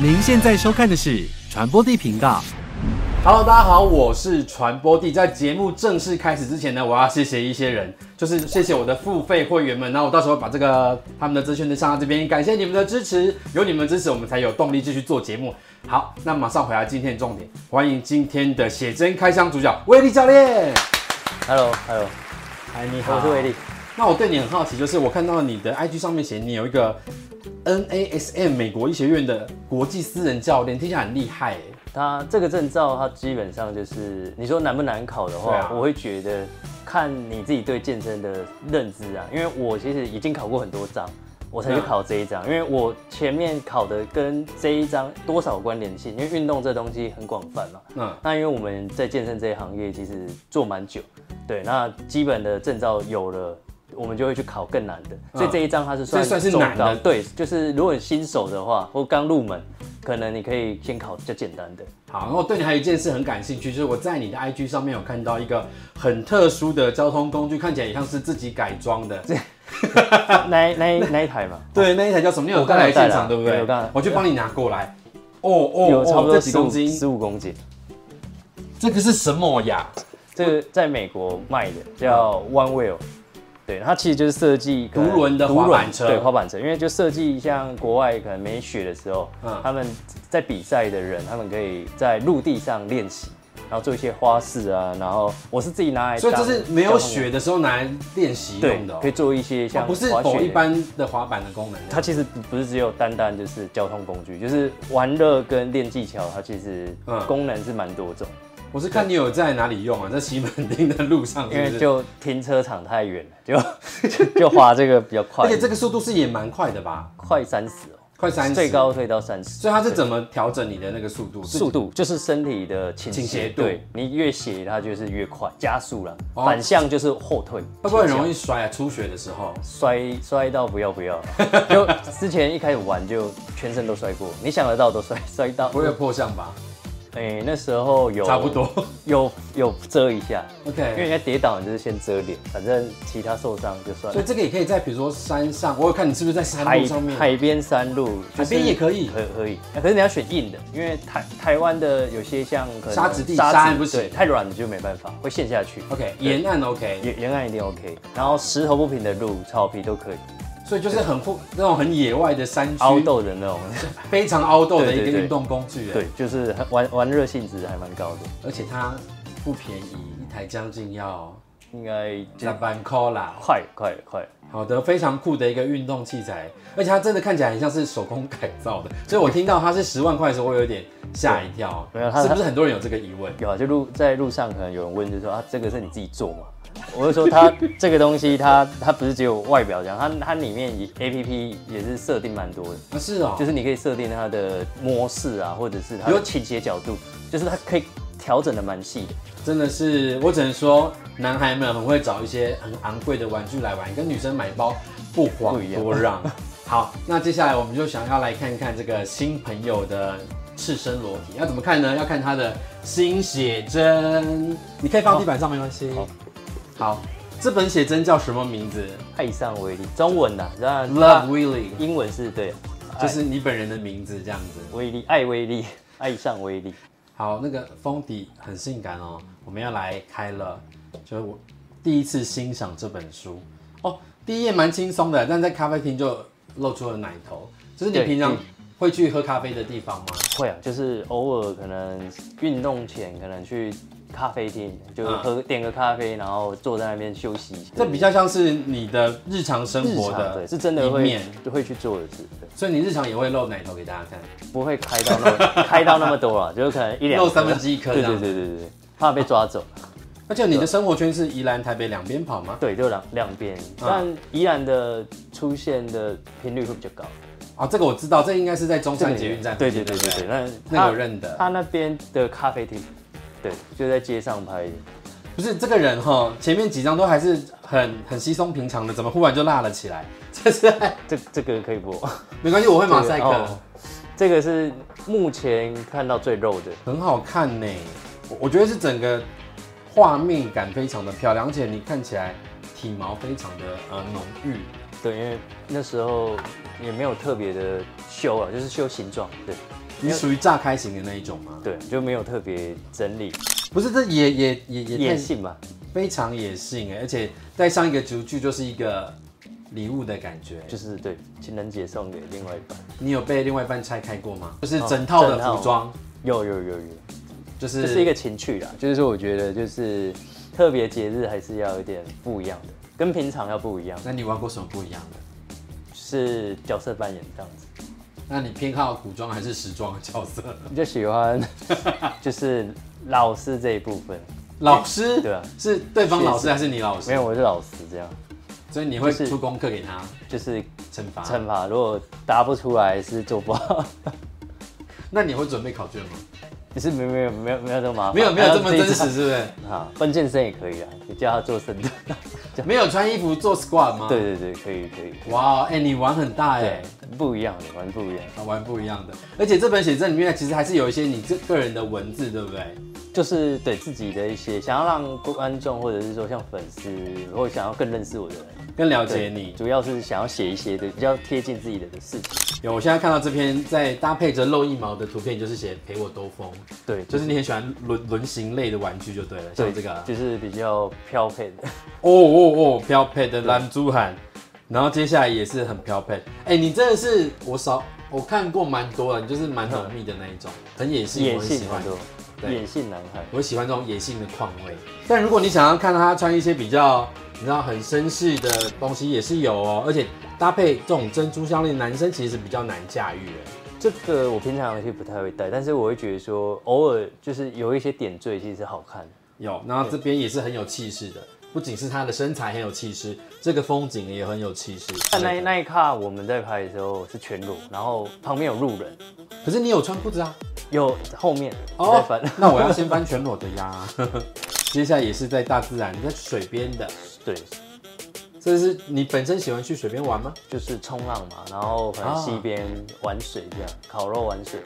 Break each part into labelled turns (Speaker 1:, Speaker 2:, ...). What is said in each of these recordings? Speaker 1: 您现在收看的是传播地频道。
Speaker 2: Hello，大家好，我是传播帝。在节目正式开始之前呢，我要谢谢一些人，就是谢谢我的付费会员们，然后我到时候把这个他们的资讯都上到这边，感谢你们的支持，有你们支持，我们才有动力继续做节目。好，那马上回来今天的重点，欢迎今天的写真开箱主角威力教练。
Speaker 3: Hello，Hello，
Speaker 2: 嗨，你好，
Speaker 3: 我是威力。。
Speaker 2: 那我对你很好奇，就是我看到你的 IG 上面写你有一个 NASM 美国医学院的国际私人教练，听起来很厉害耶。
Speaker 3: 他这个证照，它基本上就是你说难不难考的话，
Speaker 2: 对啊
Speaker 3: 我会觉得看你自己对健身的认知啊。因为我其实已经考过很多章，我才去
Speaker 2: 嗯
Speaker 3: 考这一章，因为我前面考的跟这一章多少有关联性，因为运动这东西很广泛嘛。
Speaker 2: 嗯，
Speaker 3: 那因为我们在健身这一行业其实做蛮久，对，那基本的证照有了。我们就会去考更难的，所以这一章它是
Speaker 2: 嗯
Speaker 3: 算
Speaker 2: 这算是难的
Speaker 3: 重高对，就是如果你新手的话，或刚入门，可能你可以先考比较简 单的。
Speaker 2: 好，然后我对你还有一件事很感兴趣，就是我在你的 IG 上面有看到一个很特殊的交通工具，看起来也像是自己改装的。
Speaker 3: 那一那一那一台嘛，
Speaker 2: 对，那一台叫什么？你有
Speaker 3: 我刚
Speaker 2: 带来
Speaker 3: 有带
Speaker 2: 现
Speaker 3: 啦
Speaker 2: 场对不
Speaker 3: 对
Speaker 2: 对
Speaker 3: 我刚有？
Speaker 2: 我去帮你拿过来。哦哦，
Speaker 3: 有差不
Speaker 2: 哦这
Speaker 3: 多
Speaker 2: 几
Speaker 3: 十
Speaker 2: 公
Speaker 3: 五哎
Speaker 2: 斤，
Speaker 3: 十五公斤。
Speaker 2: 这个是什么呀？
Speaker 3: 这个在美国卖的叫 One Wheel，对，它其实就是设计可能
Speaker 2: 独轮的滑板车
Speaker 3: 独轮对滑板车，因为就设计像国外可能没雪的时候，
Speaker 2: 嗯
Speaker 3: 他们在比赛的人，他们可以在陆地上练习，然后做一些花式啊，然后我是自己拿来
Speaker 2: 所
Speaker 3: 当，
Speaker 2: 以这是没有雪的时候拿来练习
Speaker 3: 对
Speaker 2: 用的、哦，，
Speaker 3: 可以做一些像
Speaker 2: 哦不是
Speaker 3: 滑雪
Speaker 2: 否
Speaker 3: 的
Speaker 2: 一般的滑板的功能。
Speaker 3: 它其实不不是只有单单就是交通工具，就是玩乐跟练技巧，它其实
Speaker 2: 嗯
Speaker 3: 功能是蛮多种。
Speaker 2: 我是看你有在哪里用啊，在西门町的路上
Speaker 3: 因
Speaker 2: 是不
Speaker 3: 为
Speaker 2: 是？
Speaker 3: 就停车场太远了， 就就就滑这个比较快，
Speaker 2: 而且这个速度是也蛮快的吧，
Speaker 3: 快三十哦，
Speaker 2: 快三十。
Speaker 3: 最。高可以到三十。
Speaker 2: 所以它是怎么调整你的那个速度？
Speaker 3: 速度就是身体的倾
Speaker 2: 倾斜度
Speaker 3: 对你越斜它就是越快，加速了，
Speaker 2: 哦
Speaker 3: 反向就是后退，
Speaker 2: 会不会很容
Speaker 3: 易
Speaker 2: 易摔啊？初学的时候，
Speaker 3: 摔摔到不要 不要？就之前一开始玩就全身都摔过，你想得到都摔 摔到
Speaker 2: 不，会有破相吧？
Speaker 3: 哎，那时候有
Speaker 2: 差不多。
Speaker 3: 有有遮一下，因为
Speaker 2: OK。
Speaker 3: 人家跌倒你就是先遮脸，反正其他受伤就
Speaker 2: 所
Speaker 3: 算
Speaker 2: 以。
Speaker 3: 了
Speaker 2: 这个也可以在比如说山上，我有看你是不是在山
Speaker 3: 海
Speaker 2: 路上面？啊
Speaker 3: 海边山路，
Speaker 2: 海边也可以
Speaker 3: 可可以，可是你要选硬的，因为台台湾的有些像可能
Speaker 2: 沙子地沙岸不行
Speaker 3: 对太软的就没办法，会陷下去。
Speaker 2: OK，沿岸 OK，
Speaker 3: 沿沿岸一定 OK，然后石头不平的路、草皮都可以，
Speaker 2: 所以就是很户那种很野外的山区，
Speaker 3: 凹豆的那 种，
Speaker 2: 非常凹豆的一个
Speaker 3: 对对对
Speaker 2: 运动工具。
Speaker 3: 对，，就是很玩玩热性质还蛮高的，
Speaker 2: 而且它不便宜，一台将近要
Speaker 3: 应该
Speaker 2: 两万块啦。
Speaker 3: 快快快，
Speaker 2: 好的，非常酷的一个运动器材，而且它真的看起来很像是手工改造的，所以我听到它是十万块的时候，我有点吓一跳，
Speaker 3: 没有它
Speaker 2: 是不是很多人有这个疑问？
Speaker 3: 有啊，就路在路上可能有人问，就说啊，这个是你自己做吗？我就说 它这个东西它，它不是只有外表这样，它它里面也 A P P 也是设定蛮多的，
Speaker 2: 啊，是哦，
Speaker 3: 就是你可以设定它的模式啊，或者是它的
Speaker 2: 有
Speaker 3: 倾斜角度，就是它可以调整的蛮细的。
Speaker 2: 真的是，我只能说，男孩们很会找一些很昂贵的玩具来玩，跟女生买包不遑
Speaker 3: 不一样
Speaker 2: 多让。好，那接下来我们就想要来看看这个新朋友的赤身裸体，要怎么看呢？要看他的新写真，你可以放地板上没关系
Speaker 3: 好。啊
Speaker 2: 好，这本写真叫什么名字
Speaker 3: 爱上威力，中文呐、啊，
Speaker 2: ？Love
Speaker 3: 那
Speaker 2: Willy，
Speaker 3: 英文是对，爱
Speaker 2: 就是你本人的名字这样子。
Speaker 3: 威力，爱威力，爱上威力。
Speaker 2: 好，那个封底很性感哦，我们要来开了，就是我第一次欣赏这本书哦。第一页蛮轻松的，但在咖啡厅就露出了奶头。这是你
Speaker 3: 对
Speaker 2: 平常
Speaker 3: 嗯
Speaker 2: 会去喝咖啡的地方吗？
Speaker 3: 会啊，就是偶尔可能运动前可能去咖啡厅，就是喝、点个咖啡，然后坐在那边休息一下。
Speaker 2: 这比较像是你的日常生
Speaker 3: 日
Speaker 2: 活
Speaker 3: 常
Speaker 2: 的
Speaker 3: 对，是真的
Speaker 2: 一
Speaker 3: 会
Speaker 2: 面
Speaker 3: 会去做的事，对
Speaker 2: 所以你日常也会露奶头给大家看。
Speaker 3: 不会开到那么 开到那么多了，就是可能一两
Speaker 2: 露
Speaker 3: 颗
Speaker 2: 三分之一颗
Speaker 3: 对
Speaker 2: 这样
Speaker 3: 对
Speaker 2: 子
Speaker 3: 对对对，对怕被抓走。
Speaker 2: 而且你的生活圈是宜兰、台北两边跑吗？
Speaker 3: 对，就两两边，
Speaker 2: 嗯
Speaker 3: 但宜兰的出现的频率会比较高。
Speaker 2: 啊，这个我知道，这应该是在中
Speaker 3: 这个
Speaker 2: 山捷运站。
Speaker 3: 对对对对
Speaker 2: 不
Speaker 3: 对，啊那
Speaker 2: 那个
Speaker 3: 他
Speaker 2: 认得
Speaker 3: 他那边的咖啡厅，对，就在街上拍的。
Speaker 2: 不是这个人哈，前面几张都还是很很稀松平常的，怎么忽然就辣了起来？ 这是
Speaker 3: 这这个可以播，
Speaker 2: 没关系，我会马赛克，
Speaker 3: 这个 哦这个是目前看到最肉的。
Speaker 2: 很好看呢。我我觉得是整个画面感非常的漂亮，而且你看起来体毛非常的呃浓郁，
Speaker 3: 对，因为那时候也没有特别的修啊，就是修形状，对
Speaker 2: 你属于炸开型的那一种吗？
Speaker 3: 对，就没有特别整理
Speaker 2: 不是，这也也也也
Speaker 3: 野
Speaker 2: 太
Speaker 3: 性吧。
Speaker 2: 非常野性哎，而且带上一个足具就是一个礼物的感觉。就
Speaker 3: 就是是对情人节送给另外一半，
Speaker 2: 你有被另外一半拆开过吗？就是整套的
Speaker 3: 哦整套
Speaker 2: 服装，
Speaker 3: 有有有有，
Speaker 2: 就是
Speaker 3: 这是一个情趣啦，就是说我觉得就是特别节日还是要有点不一样的，跟平常要不一样，
Speaker 2: 那你玩过什么不一样的？
Speaker 3: 就是角色扮演这样子。
Speaker 2: 那你偏好古装还是时装的角色？
Speaker 3: 比较喜 欢就是老师这一部分，
Speaker 2: 老师，
Speaker 3: 对啊
Speaker 2: 是对方老师还是你老师？
Speaker 3: 没有，我是老师这样，
Speaker 2: 所以你会
Speaker 3: 就是
Speaker 2: 出功课给他
Speaker 3: 就是
Speaker 2: 惩罚。
Speaker 3: 惩罚，如果答不出来是做不好，
Speaker 2: 那你会准备考卷吗？
Speaker 3: 就是没有没有没有没有这么麻烦，
Speaker 2: 没有没有哦这么真
Speaker 3: 还
Speaker 2: 实，
Speaker 3: 要自己
Speaker 2: 是不是？
Speaker 3: 做啊，关健身也可以啊，你叫他做 深蹲，
Speaker 2: 没有穿衣服做 squat 吗？
Speaker 3: 对。对对，可以可以，
Speaker 2: 哇，哎、你玩很大哎、
Speaker 3: 对，不一样的玩不一样，
Speaker 2: 啊玩不一样的。而且这本写真里面其实还是有一些你这个人的文字，对不对？
Speaker 3: 就是对自己的一些想要让观众或者是说像粉丝，或者想要更认识我的人，
Speaker 2: 更了解
Speaker 3: 对
Speaker 2: 你。
Speaker 3: 主要是想要写一些对比较贴近自己的事情，
Speaker 2: 有，我现在看到这篇再搭配着露一毛的图片，就是写陪我兜风，
Speaker 3: 对，
Speaker 2: 就是你很喜欢轮轮型类的玩具就对了，
Speaker 3: 对
Speaker 2: 像这个啊，
Speaker 3: 就是比较飘配的。
Speaker 2: 哦哦哦，飘配的蓝珠涵，然后接下来也是很飘配。哎、你真的是我少我看过蛮多的，你就是蛮浓密的那一种，很野性，
Speaker 3: 嗯野
Speaker 2: 我很喜
Speaker 3: 性
Speaker 2: 欢
Speaker 3: 很。多，
Speaker 2: 对
Speaker 3: 野性男孩。
Speaker 2: 我喜欢这种野性的况味。但如果你想要看到他穿一些比较，你知道很绅士的东西也是有哦，而且搭配这种珍珠项链，男生其实比较难驾驭哎。
Speaker 3: 这个我平常其实不太会戴，但是我会觉得说，偶尔就是有一些点缀其实是好看的。
Speaker 2: 有，然后这边也是很有气势的，不仅是他的身材很有气势，这个风景也很有气势。
Speaker 3: 但那一那一卡我们在拍的时候是全裸，然后旁边有路人，
Speaker 2: 可是你有穿裤子啊？
Speaker 3: 有后面在翻，
Speaker 2: 哦 那我要先翻全裸的呀。 接下来也是在大自然，在水边的。
Speaker 3: 对，
Speaker 2: 这是你本身喜欢去水边玩吗？
Speaker 3: 就是冲浪嘛，然后可能
Speaker 2: 啊
Speaker 3: 西边玩水这样，烤肉玩水。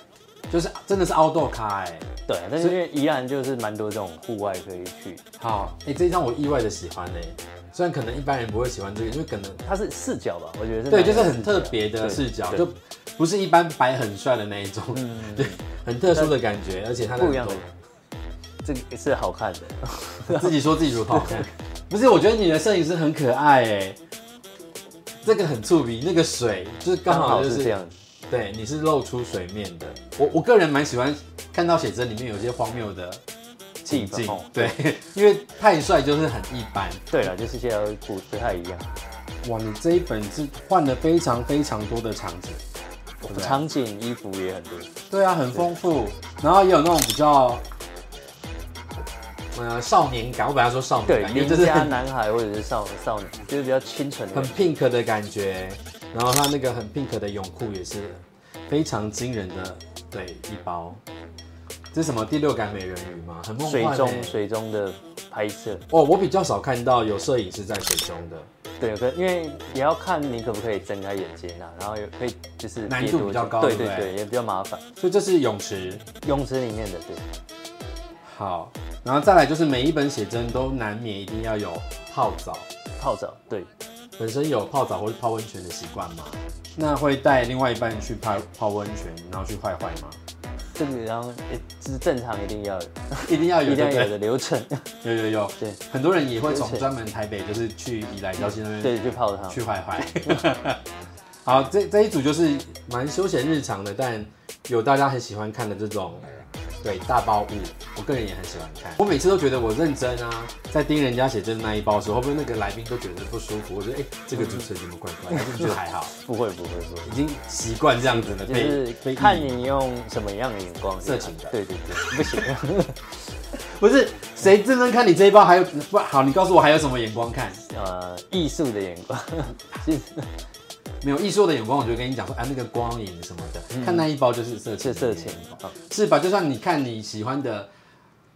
Speaker 2: 就是真的是凹豆咖哎、
Speaker 3: 对，啊但是因为宜兰就是蛮多这种户外可以去，
Speaker 2: 好，哎、这一张我意外的喜欢哎、虽然可能一般人不会喜欢这个，因为可能
Speaker 3: 它是视角吧，我觉得是
Speaker 2: 对，
Speaker 3: 蛮有
Speaker 2: 就是很
Speaker 3: 视角
Speaker 2: 特别的视角，
Speaker 3: 对嗯
Speaker 2: 就不是一般白很帅的那一种， 对，很特殊的感觉，而且他
Speaker 3: 不一样的，这个是好看 的，
Speaker 2: 自己说自己如好看，不是，我觉得你的摄影师很可爱哎、这个很触鼻，那个水就是刚
Speaker 3: 刚
Speaker 2: 好
Speaker 3: 好
Speaker 2: 就是
Speaker 3: 这样子。
Speaker 2: 对，你是露出水面的。我我个人蛮喜欢看到写真里面有一些荒谬的
Speaker 3: 气
Speaker 2: 景
Speaker 3: 氛哦，
Speaker 2: 对，因为太帅就是很一般。
Speaker 3: 对了，就是现在不不太一样，
Speaker 2: 哇，你这一本是换了非常非常多的场景，对不对
Speaker 3: 场景衣服也很多，
Speaker 2: 对啊，很丰富，然后也有那种比较。呃，少年感，我本来说少年
Speaker 3: 对，
Speaker 2: 感，因为
Speaker 3: 邻
Speaker 2: 就是
Speaker 3: 家
Speaker 2: 很
Speaker 3: 男孩或者是少少女，就是比较清纯的
Speaker 2: 很，pink 的感觉，然后他那个很 pink 的泳裤也是非常惊人的，对，一包。这是什么第六感美人鱼吗？很梦幻、
Speaker 3: 水
Speaker 2: 欸。
Speaker 3: 中水中的拍摄，
Speaker 2: 哦，我比较少看到有摄影师在水中的，
Speaker 3: 对，可因为也要看你可不可以睁开眼睛啊，然后也可以就是
Speaker 2: 难
Speaker 3: 憋
Speaker 2: 度
Speaker 3: 多
Speaker 2: 比较
Speaker 3: 久
Speaker 2: 高
Speaker 3: 对
Speaker 2: 对不
Speaker 3: 对
Speaker 2: 对
Speaker 3: 对，也比较麻烦，
Speaker 2: 所以这是泳池。
Speaker 3: 泳池里面的对，
Speaker 2: 好，然后再来就是每一本写真都难免一定要有泡澡，
Speaker 3: 泡澡对，
Speaker 2: 本身有泡澡或是泡温泉的习惯吗？那会带另外一半去泡泡温泉，然后去坏坏吗？
Speaker 3: 这个然后也是正常一定要有
Speaker 2: 一定要有，
Speaker 3: 一定要
Speaker 2: 对
Speaker 3: 有
Speaker 2: 不
Speaker 3: 的流程，
Speaker 2: 对有有有，
Speaker 3: 对
Speaker 2: 很多人也会从
Speaker 3: 而且
Speaker 2: 专门台北就是去宜来礁溪那边
Speaker 3: 对，去泡汤
Speaker 2: 去，坏坏。 好，这这一组就是蛮休闲日常的，但有大家很喜欢看的这种，对大包物，我个人也很喜欢看。我每次都觉得我认真啊，在盯人家写真的那一包的时候，会不会那个来宾都觉得不舒服？我觉得哎、这个主持人怎么怪怪的？还是你觉得还好，
Speaker 3: 不会不会不会。
Speaker 2: 已经习惯这样子了，
Speaker 3: 嗯 就
Speaker 2: 被嗯
Speaker 3: 是
Speaker 2: 被
Speaker 3: 看
Speaker 2: 意淫
Speaker 3: 你用什么样的眼光去
Speaker 2: 色
Speaker 3: 看
Speaker 2: 情的
Speaker 3: 对对对，不行，
Speaker 2: 不是谁认真看你这一包，还有不好？你告诉我还有什么眼光看？
Speaker 3: 呃，艺术的眼光，是
Speaker 2: 没有艺术的眼光，我就跟你讲说，啊，那个光影什么的，看那一包就是色情
Speaker 3: 嗯是
Speaker 2: 的
Speaker 3: 色
Speaker 2: 眼
Speaker 3: 情
Speaker 2: 光。
Speaker 3: 啊，
Speaker 2: 是吧？就算你看你喜欢的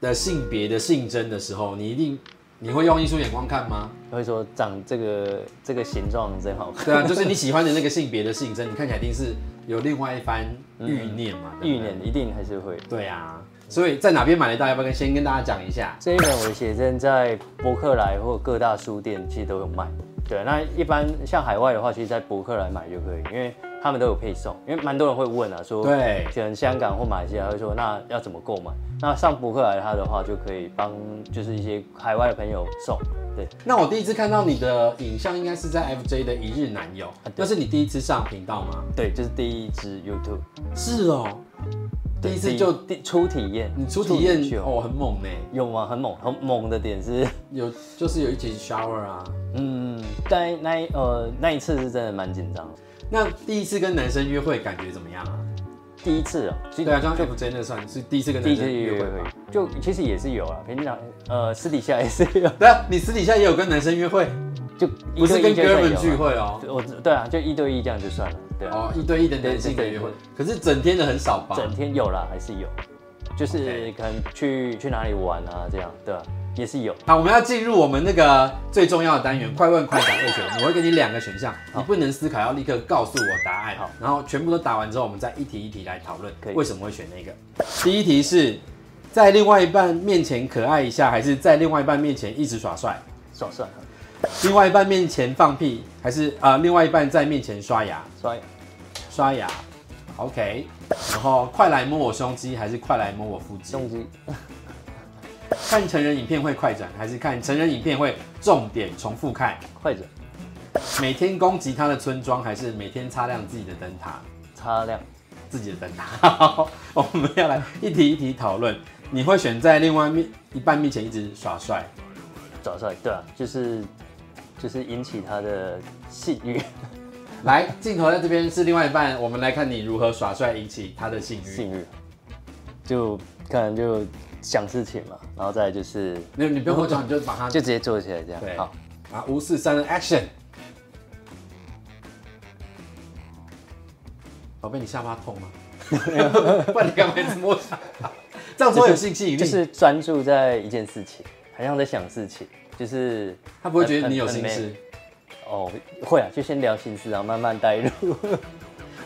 Speaker 2: 的性别的性征的时候，你一定你会用艺术眼光看吗？
Speaker 3: 会说长这个这个形状真好看，
Speaker 2: 对啊，就是你喜欢的那个性别的性征，你看起来一定是有另外一番欲念嘛，对
Speaker 3: 嗯欲
Speaker 2: 不对
Speaker 3: 念一定还是会。
Speaker 2: 对啊，所以在哪边买得到？要不要跟先跟大家讲一下？
Speaker 3: 这一本我的写真在博客来或各大书店其实都有卖，对，那一般像海外的话，其实在博客来买就可以，因为他们都有配送。因为蛮多人会问啊，说
Speaker 2: 对
Speaker 3: 可能香港或马来西亚会说那要怎么购买？那上博客来它的话，就可以帮就是一些海外的朋友送。对，
Speaker 2: 那我第一次看到你的影像，应该是在 FJ 的一日男友，
Speaker 3: 对
Speaker 2: 那是你第一次上频道吗？
Speaker 3: 对，这、是第一支 YouTube，
Speaker 2: 是哦，第
Speaker 3: 对
Speaker 2: 一次就
Speaker 3: 第初体验，
Speaker 2: 你初体验
Speaker 3: 秀
Speaker 2: 哦，很猛呢，
Speaker 3: 有吗？很猛，很猛的点是，
Speaker 2: 有就是有一起 shower 啊。
Speaker 3: 嗯，在那一呃那一次是真的蛮紧张的，
Speaker 2: 那第一次跟男生约会感觉怎么样啊？
Speaker 3: 第一次哦、其实
Speaker 2: 对啊，像 FJ 那算是第一次跟
Speaker 3: 第
Speaker 2: 男
Speaker 3: 一次
Speaker 2: 生
Speaker 3: 约
Speaker 2: 约会
Speaker 3: 会
Speaker 2: 吧。
Speaker 3: 就其实也是有啊，平常呃私底下也是有，
Speaker 2: 对啊，你私底下也有跟男生约会，
Speaker 3: 就
Speaker 2: 不是
Speaker 3: 一对
Speaker 2: 跟
Speaker 3: 一就
Speaker 2: 哥
Speaker 3: 算
Speaker 2: 们
Speaker 3: 有
Speaker 2: 聚
Speaker 3: 嘛，
Speaker 2: 会哦。
Speaker 3: 对我对啊，就一对一这样就算了，对啊，
Speaker 2: 哦，一对一的男性的约会，可是整天的很少吧？
Speaker 3: 整天有啦还是有，就是可能去去哪里玩啊这样，对啊，也是有，
Speaker 2: 好，我们要进入我们那个最重要的单元——快问快答二选。我会给你两个选项，你不能思考，要立刻告诉我答案。
Speaker 3: 好
Speaker 2: 然后全部都答完之后，我们再一题一题来讨论
Speaker 3: 可以
Speaker 2: 为什么会选那个。第一题是在另外一半面前可爱一下，还是在另外一半面前一直耍帅？
Speaker 3: 爽算了，
Speaker 2: 另外一半面前放屁，还是啊、呃另外一半在面前刷牙？
Speaker 3: 刷牙
Speaker 2: 刷牙，OK。然后快来摸我胸肌，还是快来摸我腹肌？
Speaker 3: 胸肌
Speaker 2: 看成人影片会快转，还是看成人影片会重点重复看？
Speaker 3: 快转
Speaker 2: 每天攻击他的村庄，还是每天擦亮自己的灯塔？
Speaker 3: 擦亮，
Speaker 2: 自己的灯塔。 好我们要来一题一题讨论。你会选在另外面一半面前一直耍帅，
Speaker 3: 耍帅，对啊，就是就是引起他的性 欲
Speaker 2: 来镜头在这边是另外一半，我们来看你如何耍帅引起他的性欲。
Speaker 3: 性欲，就可能就想事情嘛，然后再来就是
Speaker 2: 你你不用跟我讲，你就把它
Speaker 3: 就直接做起来这样，
Speaker 2: 对
Speaker 3: 好，
Speaker 2: 啊五四三的 action。宝贝，你下巴痛吗？不然你干嘛一直摸下巴？这样子会有性吸引力，
Speaker 3: 就是专注在一件事情，好像在想事情，就是
Speaker 2: 他不会觉得
Speaker 3: 很
Speaker 2: 你有
Speaker 3: 很
Speaker 2: 心
Speaker 3: man
Speaker 2: 事。
Speaker 3: 哦，会啊，就先聊心事，然后慢慢带 入，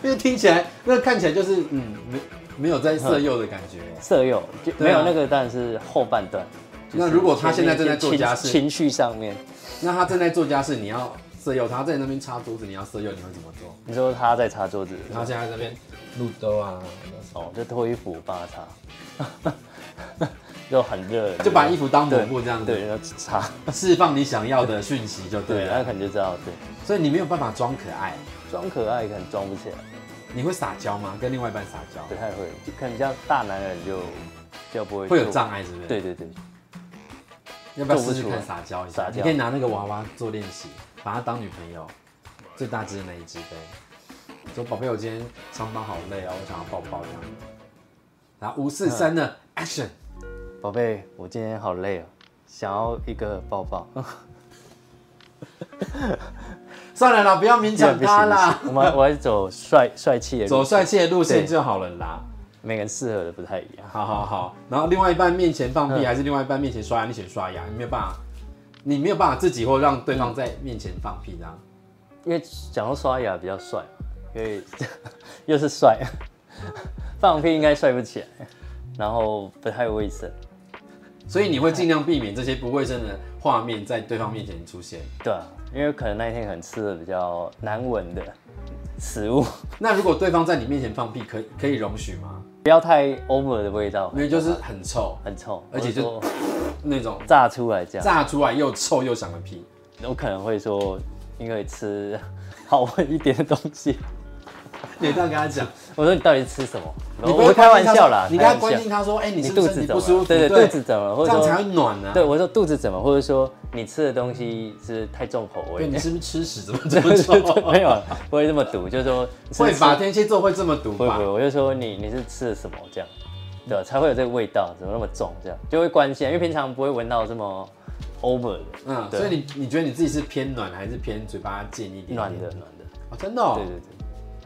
Speaker 2: 因为听起来那看起来就是嗯没没有在色诱的感觉。
Speaker 3: 色诱就
Speaker 2: 对啊
Speaker 3: 没有那个，当然是后半段。就是
Speaker 2: 那如果他现在正在做家
Speaker 3: 情
Speaker 2: 事，
Speaker 3: 情绪上面，
Speaker 2: 那他正在做家事，你要色诱他，他在那边擦桌子，你要色诱，你会怎么做？
Speaker 3: 你说他在擦桌子，
Speaker 2: 然后现在在那边露兜啊，
Speaker 3: 哦，就脱衣服帮他擦， 就很热，
Speaker 2: 就把衣服当抹
Speaker 3: 对
Speaker 2: 布这样子，
Speaker 3: 对，然后擦，
Speaker 2: 释放你想要的讯息就对啊
Speaker 3: 对，
Speaker 2: 了
Speaker 3: 他。可能就知道，对，
Speaker 2: 所以你没有办法装可爱，
Speaker 3: 装可爱可能装不起来，
Speaker 2: 你会撒娇吗？跟另外一半撒
Speaker 3: 不
Speaker 2: 娇
Speaker 3: 太会，就可能像大男人就就不会
Speaker 2: 会有
Speaker 3: 做，
Speaker 2: 障碍，是不是？，
Speaker 3: 对对对，
Speaker 2: 要不要
Speaker 3: 做
Speaker 2: 试
Speaker 3: 不
Speaker 2: 试
Speaker 3: 出
Speaker 2: 看
Speaker 3: 来
Speaker 2: 撒娇一
Speaker 3: 撒
Speaker 2: 下？
Speaker 3: 娇
Speaker 2: 你可以拿那个娃娃做练习，把它当女朋友，最大只的那一只呗。说宝贝，我今天上班好累啊，我想要抱抱这样。然后五四三的
Speaker 3: 嗯
Speaker 2: action，
Speaker 3: 宝贝，我今天好累哦，想要一个 抱抱，
Speaker 2: 算了啦，不要勉强他啦，
Speaker 3: 我们我还是走帅帅气的路
Speaker 2: 走帅气的路线
Speaker 3: 对
Speaker 2: 就好了啦。
Speaker 3: 每个人适合的不太一样。
Speaker 2: 好好好，然后另外一半面前放
Speaker 3: 嗯
Speaker 2: 屁，还是另外一半面前刷牙？你选刷牙，你没有办法，你没有办法自己或让对方在面前放屁这样。
Speaker 3: 因为讲到刷牙比较帅，因为 又是帅， 放屁应该帅不起来，然后不太卫生，
Speaker 2: 所以你会尽量避免这些不卫生的画面在对方面前出现。
Speaker 3: 对啊，因为可能那一天可能吃了比较难闻的食物，
Speaker 2: 那如果对方在你面前放屁，可以可以容许吗？
Speaker 3: 不要太 over 的味道
Speaker 2: 因，为就是很臭
Speaker 3: 很臭，
Speaker 2: 而且就
Speaker 3: 我会说
Speaker 2: 那种
Speaker 3: 炸出来这样，
Speaker 2: 炸出来又臭又响的屁。
Speaker 3: 我可能会说，因为吃 好闻一点的东西，
Speaker 2: 你这样跟他讲，
Speaker 3: 我说你到底吃什么？
Speaker 2: 你
Speaker 3: 我我开玩笑啦，
Speaker 2: 你跟他
Speaker 3: 开玩
Speaker 2: 关
Speaker 3: 笑
Speaker 2: 心他说：“哎，你
Speaker 3: 你
Speaker 2: 是不是
Speaker 3: 肚
Speaker 2: 身
Speaker 3: 子
Speaker 2: 体
Speaker 3: 怎
Speaker 2: 不
Speaker 3: 么
Speaker 2: 舒
Speaker 3: 了？
Speaker 2: 服？”
Speaker 3: 对对，肚子怎么了？
Speaker 2: 这
Speaker 3: 或者
Speaker 2: 样才会
Speaker 3: 说，
Speaker 2: 暖啊呢。
Speaker 3: 对我说肚子怎么，或者说你吃的东西是太重口味
Speaker 2: 对，。你是不是吃屎？怎么 这么
Speaker 3: 对对
Speaker 2: 臭？
Speaker 3: 对没有啊，不会这么毒，就是说 是
Speaker 2: 会
Speaker 3: 吃
Speaker 2: 吧？天蝎座会这么毒
Speaker 3: 不会不
Speaker 2: 吧
Speaker 3: 会，？我就说你你是吃了什么这样，对啊，才会有这个味道，怎么那么重这样，就会关心啊，因为平常不会闻到这么 over 的
Speaker 2: 嗯，
Speaker 3: 对
Speaker 2: 所以你你觉得你自己是偏暖还是偏嘴巴尖一点点？
Speaker 3: 暖的暖的，
Speaker 2: 哦，真的哦
Speaker 3: 对。对对，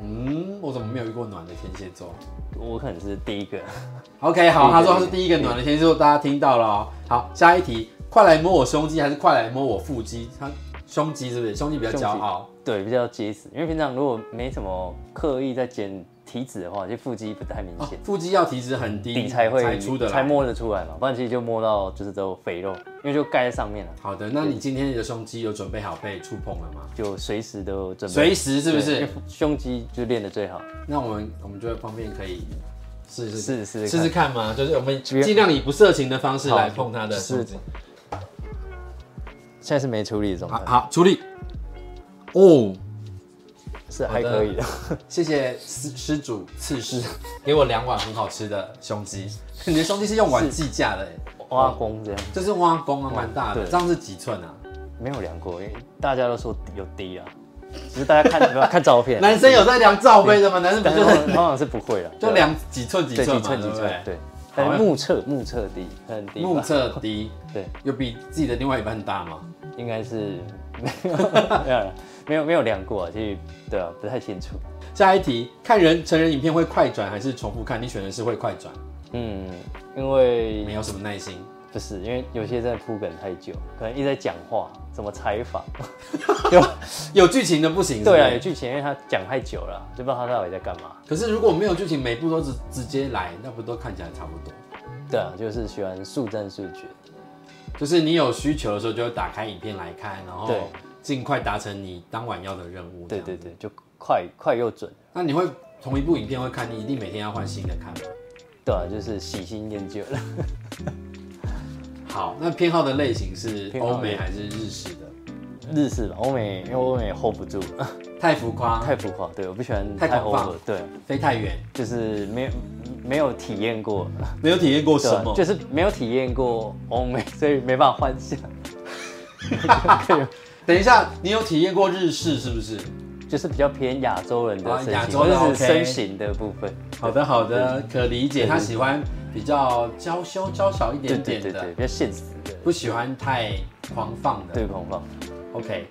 Speaker 2: 嗯，我怎么没有遇过暖的天蝎座？
Speaker 3: 我可能是第一个，
Speaker 2: OK，好，
Speaker 3: 对
Speaker 2: 他说
Speaker 3: 对
Speaker 2: 他是第一个暖的天蝎座，大家听到了哦。好，下一题，快来摸我胸肌还是快来摸我腹肌？他胸肌是不是？胸肌比较骄傲，
Speaker 3: 对，比较结实，因为平常如果没什么刻意在减体脂的话，就腹肌不太明
Speaker 2: 哦
Speaker 3: 显，
Speaker 2: 腹肌要体脂很低，
Speaker 3: 底才会
Speaker 2: 才出的
Speaker 3: 才
Speaker 2: 来。
Speaker 3: 摸得出来嘛，不然其实就摸到就是都肥肉，因为就盖在上面了，
Speaker 2: 好的，那你今天你的胸肌有准备好被触碰了吗？
Speaker 3: 就随时都准备。
Speaker 2: 随时是不
Speaker 3: 对因
Speaker 2: 是
Speaker 3: 为？胸肌就练得最好，
Speaker 2: 那我们我们就方便可以试试
Speaker 3: 试试
Speaker 2: 试试看嘛，就是我们
Speaker 3: 要
Speaker 2: 尽量以不色情的方式
Speaker 3: 好
Speaker 2: 来碰它的
Speaker 3: 是
Speaker 2: 胸肌。
Speaker 3: 现在是没处理的状
Speaker 2: 好
Speaker 3: 态，
Speaker 2: 好处理。哦，
Speaker 3: 是
Speaker 2: 好
Speaker 3: 还
Speaker 2: 的
Speaker 3: 可以的。
Speaker 2: 谢谢施施主赐师，给我两碗很好吃的胸肌。 你的胸肌是用碗计价的欸，
Speaker 3: 挖工这样
Speaker 2: 就是挖工啊，蛮大的。
Speaker 3: 对
Speaker 2: 这样是几寸啊？
Speaker 3: 没有量过，因为大家都说有低 啊，只是大家看没有看照片，
Speaker 2: 男生有在量罩杯的吗？男生不
Speaker 3: 但 是
Speaker 2: 就
Speaker 3: 往
Speaker 2: 是
Speaker 3: 往往往是不会了，
Speaker 2: 就量几寸几
Speaker 3: 对
Speaker 2: 寸嘛，
Speaker 3: 几寸
Speaker 2: 啊对
Speaker 3: 几
Speaker 2: 不
Speaker 3: 寸，
Speaker 2: 对？
Speaker 3: 对，但
Speaker 2: 好啊
Speaker 3: 是目测目测低很低吧，
Speaker 2: 目测低，
Speaker 3: 对，
Speaker 2: 有比自己的另外一半大吗？
Speaker 3: 应该是 没有没有没有没有量过啊，其实对啊不太清楚，
Speaker 2: 下一题，看人成人影片会快转还是重复看？你选的是会快转，
Speaker 3: 嗯，因为
Speaker 2: 没有什么耐心。
Speaker 3: 不是，因为有些真的铺梗太久，可能一直在讲话，什么 采访，对吧
Speaker 2: 有剧情的不行。
Speaker 3: 对啊，
Speaker 2: 是
Speaker 3: 有
Speaker 2: 不是
Speaker 3: 剧情，因为他讲太久了，就不知道他到底在干嘛。
Speaker 2: 可是如果没有剧情，每部都直直接来，那不都看起来差不多？
Speaker 3: 对啊，就是喜欢速战速决，
Speaker 2: 就是你有需求的时候，就会打开影片来看，然后
Speaker 3: 对
Speaker 2: 尽快达成你当晚要的任务。
Speaker 3: 对
Speaker 2: 这
Speaker 3: 对
Speaker 2: 样子。
Speaker 3: 对，就快快又准，
Speaker 2: 那你会同一部影片会看，你一定每天要换新的看吗？
Speaker 3: 对啊，就是喜新厌旧了。
Speaker 2: 好，那偏好的类型是
Speaker 3: 偏好的
Speaker 2: 欧美还是日式的？
Speaker 3: 日式吧，欧美因为欧美 hold 不住，
Speaker 2: 太浮夸，
Speaker 3: 太浮夸，对，我不喜欢
Speaker 2: 太
Speaker 3: 太
Speaker 2: 狂放
Speaker 3: over，对，
Speaker 2: 飞太远，
Speaker 3: 就是没有没有体 验过，
Speaker 2: 没有体验过
Speaker 3: 对啊，就是没有体验过欧美，所以没办法幻想，
Speaker 2: 等一下，你有体验过日式是不是？
Speaker 3: 就是比较偏亚洲人的
Speaker 2: 啊
Speaker 3: 身
Speaker 2: 亚
Speaker 3: 形，
Speaker 2: 洲
Speaker 3: 或
Speaker 2: 的
Speaker 3: 者
Speaker 2: OK
Speaker 3: 是身形的部分，
Speaker 2: 好的，好的，可理解。他喜欢比较娇羞、娇小一
Speaker 3: 对
Speaker 2: 点
Speaker 3: 对
Speaker 2: 点
Speaker 3: 对对，
Speaker 2: 的，
Speaker 3: 比较现实的，
Speaker 2: 不喜欢太狂放的。
Speaker 3: 对狂放，
Speaker 2: OK，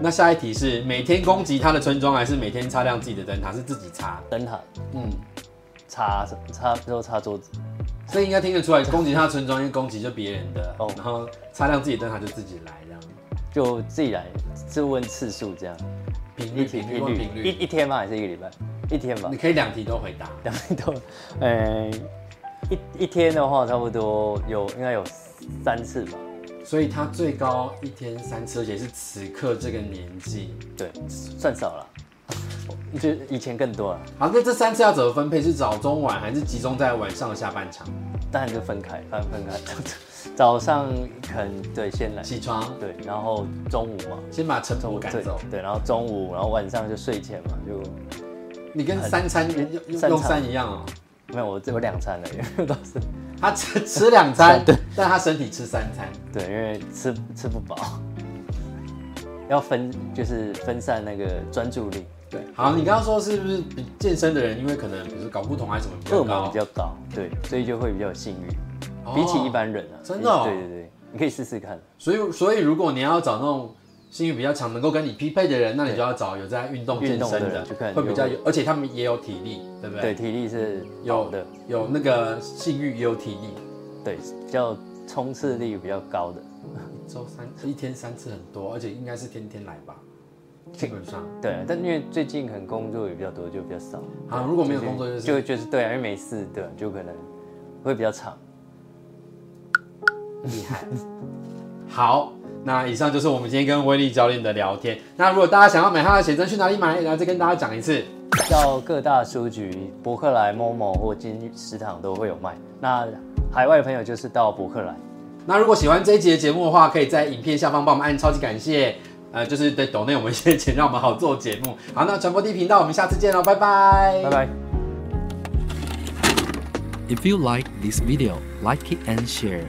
Speaker 2: 那下一题是每天攻击他的村庄，还是每天擦亮自己的灯塔？是自己擦？
Speaker 3: 灯塔
Speaker 2: 嗯，
Speaker 3: 擦什么擦，之后擦桌子，
Speaker 2: 所以应该听得出来，攻击他的村庄，因为攻击就别人的，
Speaker 3: 哦
Speaker 2: 然后擦亮自己的灯塔就自己来这样。
Speaker 3: 就自己来自问次数这样，
Speaker 2: 频率，频率，问频
Speaker 3: 一
Speaker 2: 率，
Speaker 3: 一天吧，还是一个礼拜，一天吧
Speaker 2: 你，可以两题都回答。
Speaker 3: 两百多，呃，一一天的话，差不多有应该有三次吧。
Speaker 2: 所以他最高一天三次，而且是此刻这个年纪。
Speaker 3: 对，算少了，就以前更多了，
Speaker 2: 好，那这三次要怎么分配？是早中晚，还是集中在晚上的下半场？
Speaker 3: 当然就分开，分分开。 早上可能对先来，
Speaker 2: 起床，
Speaker 3: 对，然后中午嘛，
Speaker 2: 先把尘土赶
Speaker 3: 对
Speaker 2: 走。
Speaker 3: 对，然后中午，然后晚上就睡前嘛，就
Speaker 2: 你跟三餐用用
Speaker 3: 三餐
Speaker 2: 用餐一样哦、
Speaker 3: 没有我只有两餐了，因 为都是
Speaker 2: 他吃吃两 餐，但他身体吃三餐。
Speaker 3: 对，因为吃吃不饱，要分就是分散那个专注力，
Speaker 2: 对，好，你刚刚说是不是比健身的人，因为可能比如说睾固酮还是什么比
Speaker 3: 荷
Speaker 2: 较
Speaker 3: 尔蒙
Speaker 2: 高
Speaker 3: 比，较高，对，所以就会比较有性欲。
Speaker 2: 哦
Speaker 3: 比起一，般人啊，
Speaker 2: 真的哦
Speaker 3: 对对对，你可以试试看。
Speaker 2: 所以所以如果你要找那种性欲比较强、能够跟你匹配的人，那你就要找有在运动健
Speaker 3: 运动的
Speaker 2: 身
Speaker 3: 人
Speaker 2: 的
Speaker 3: 就可，能
Speaker 2: 会比
Speaker 3: 有
Speaker 2: 较有，而且他们也有体力，对不对？
Speaker 3: 对，体力是
Speaker 2: 有
Speaker 3: 有的，
Speaker 2: 有那个性欲也有体力。
Speaker 3: 对，比较冲刺力比较高的，
Speaker 2: 周三一天三次很多，而且应该是天天来吧，基本上。
Speaker 3: 对。啊但因为最近可能工作也比较多，就比较少。
Speaker 2: 好，如果没有工作就是
Speaker 3: 就就是对啊，因为没事，对啊，就可能会比较长。
Speaker 2: 厉害。好，那以上就是我们今天跟威力教练的聊天。那如果大家想要买他的写真，去哪里买？然后再跟大家讲一次。
Speaker 3: 到各大书局、博客来、Momo 或金石堂都会有卖。那海外的朋友就是到博客来，
Speaker 2: 那如果喜欢这一集的节目的话，可以在影片下方帮我们按超级感谢，呃，就是对抖内我们一些钱，让我们好做节目。好，那传播地频道，我们下次见喽，拜拜，
Speaker 3: 拜。拜。
Speaker 1: If you like this video, like it and share.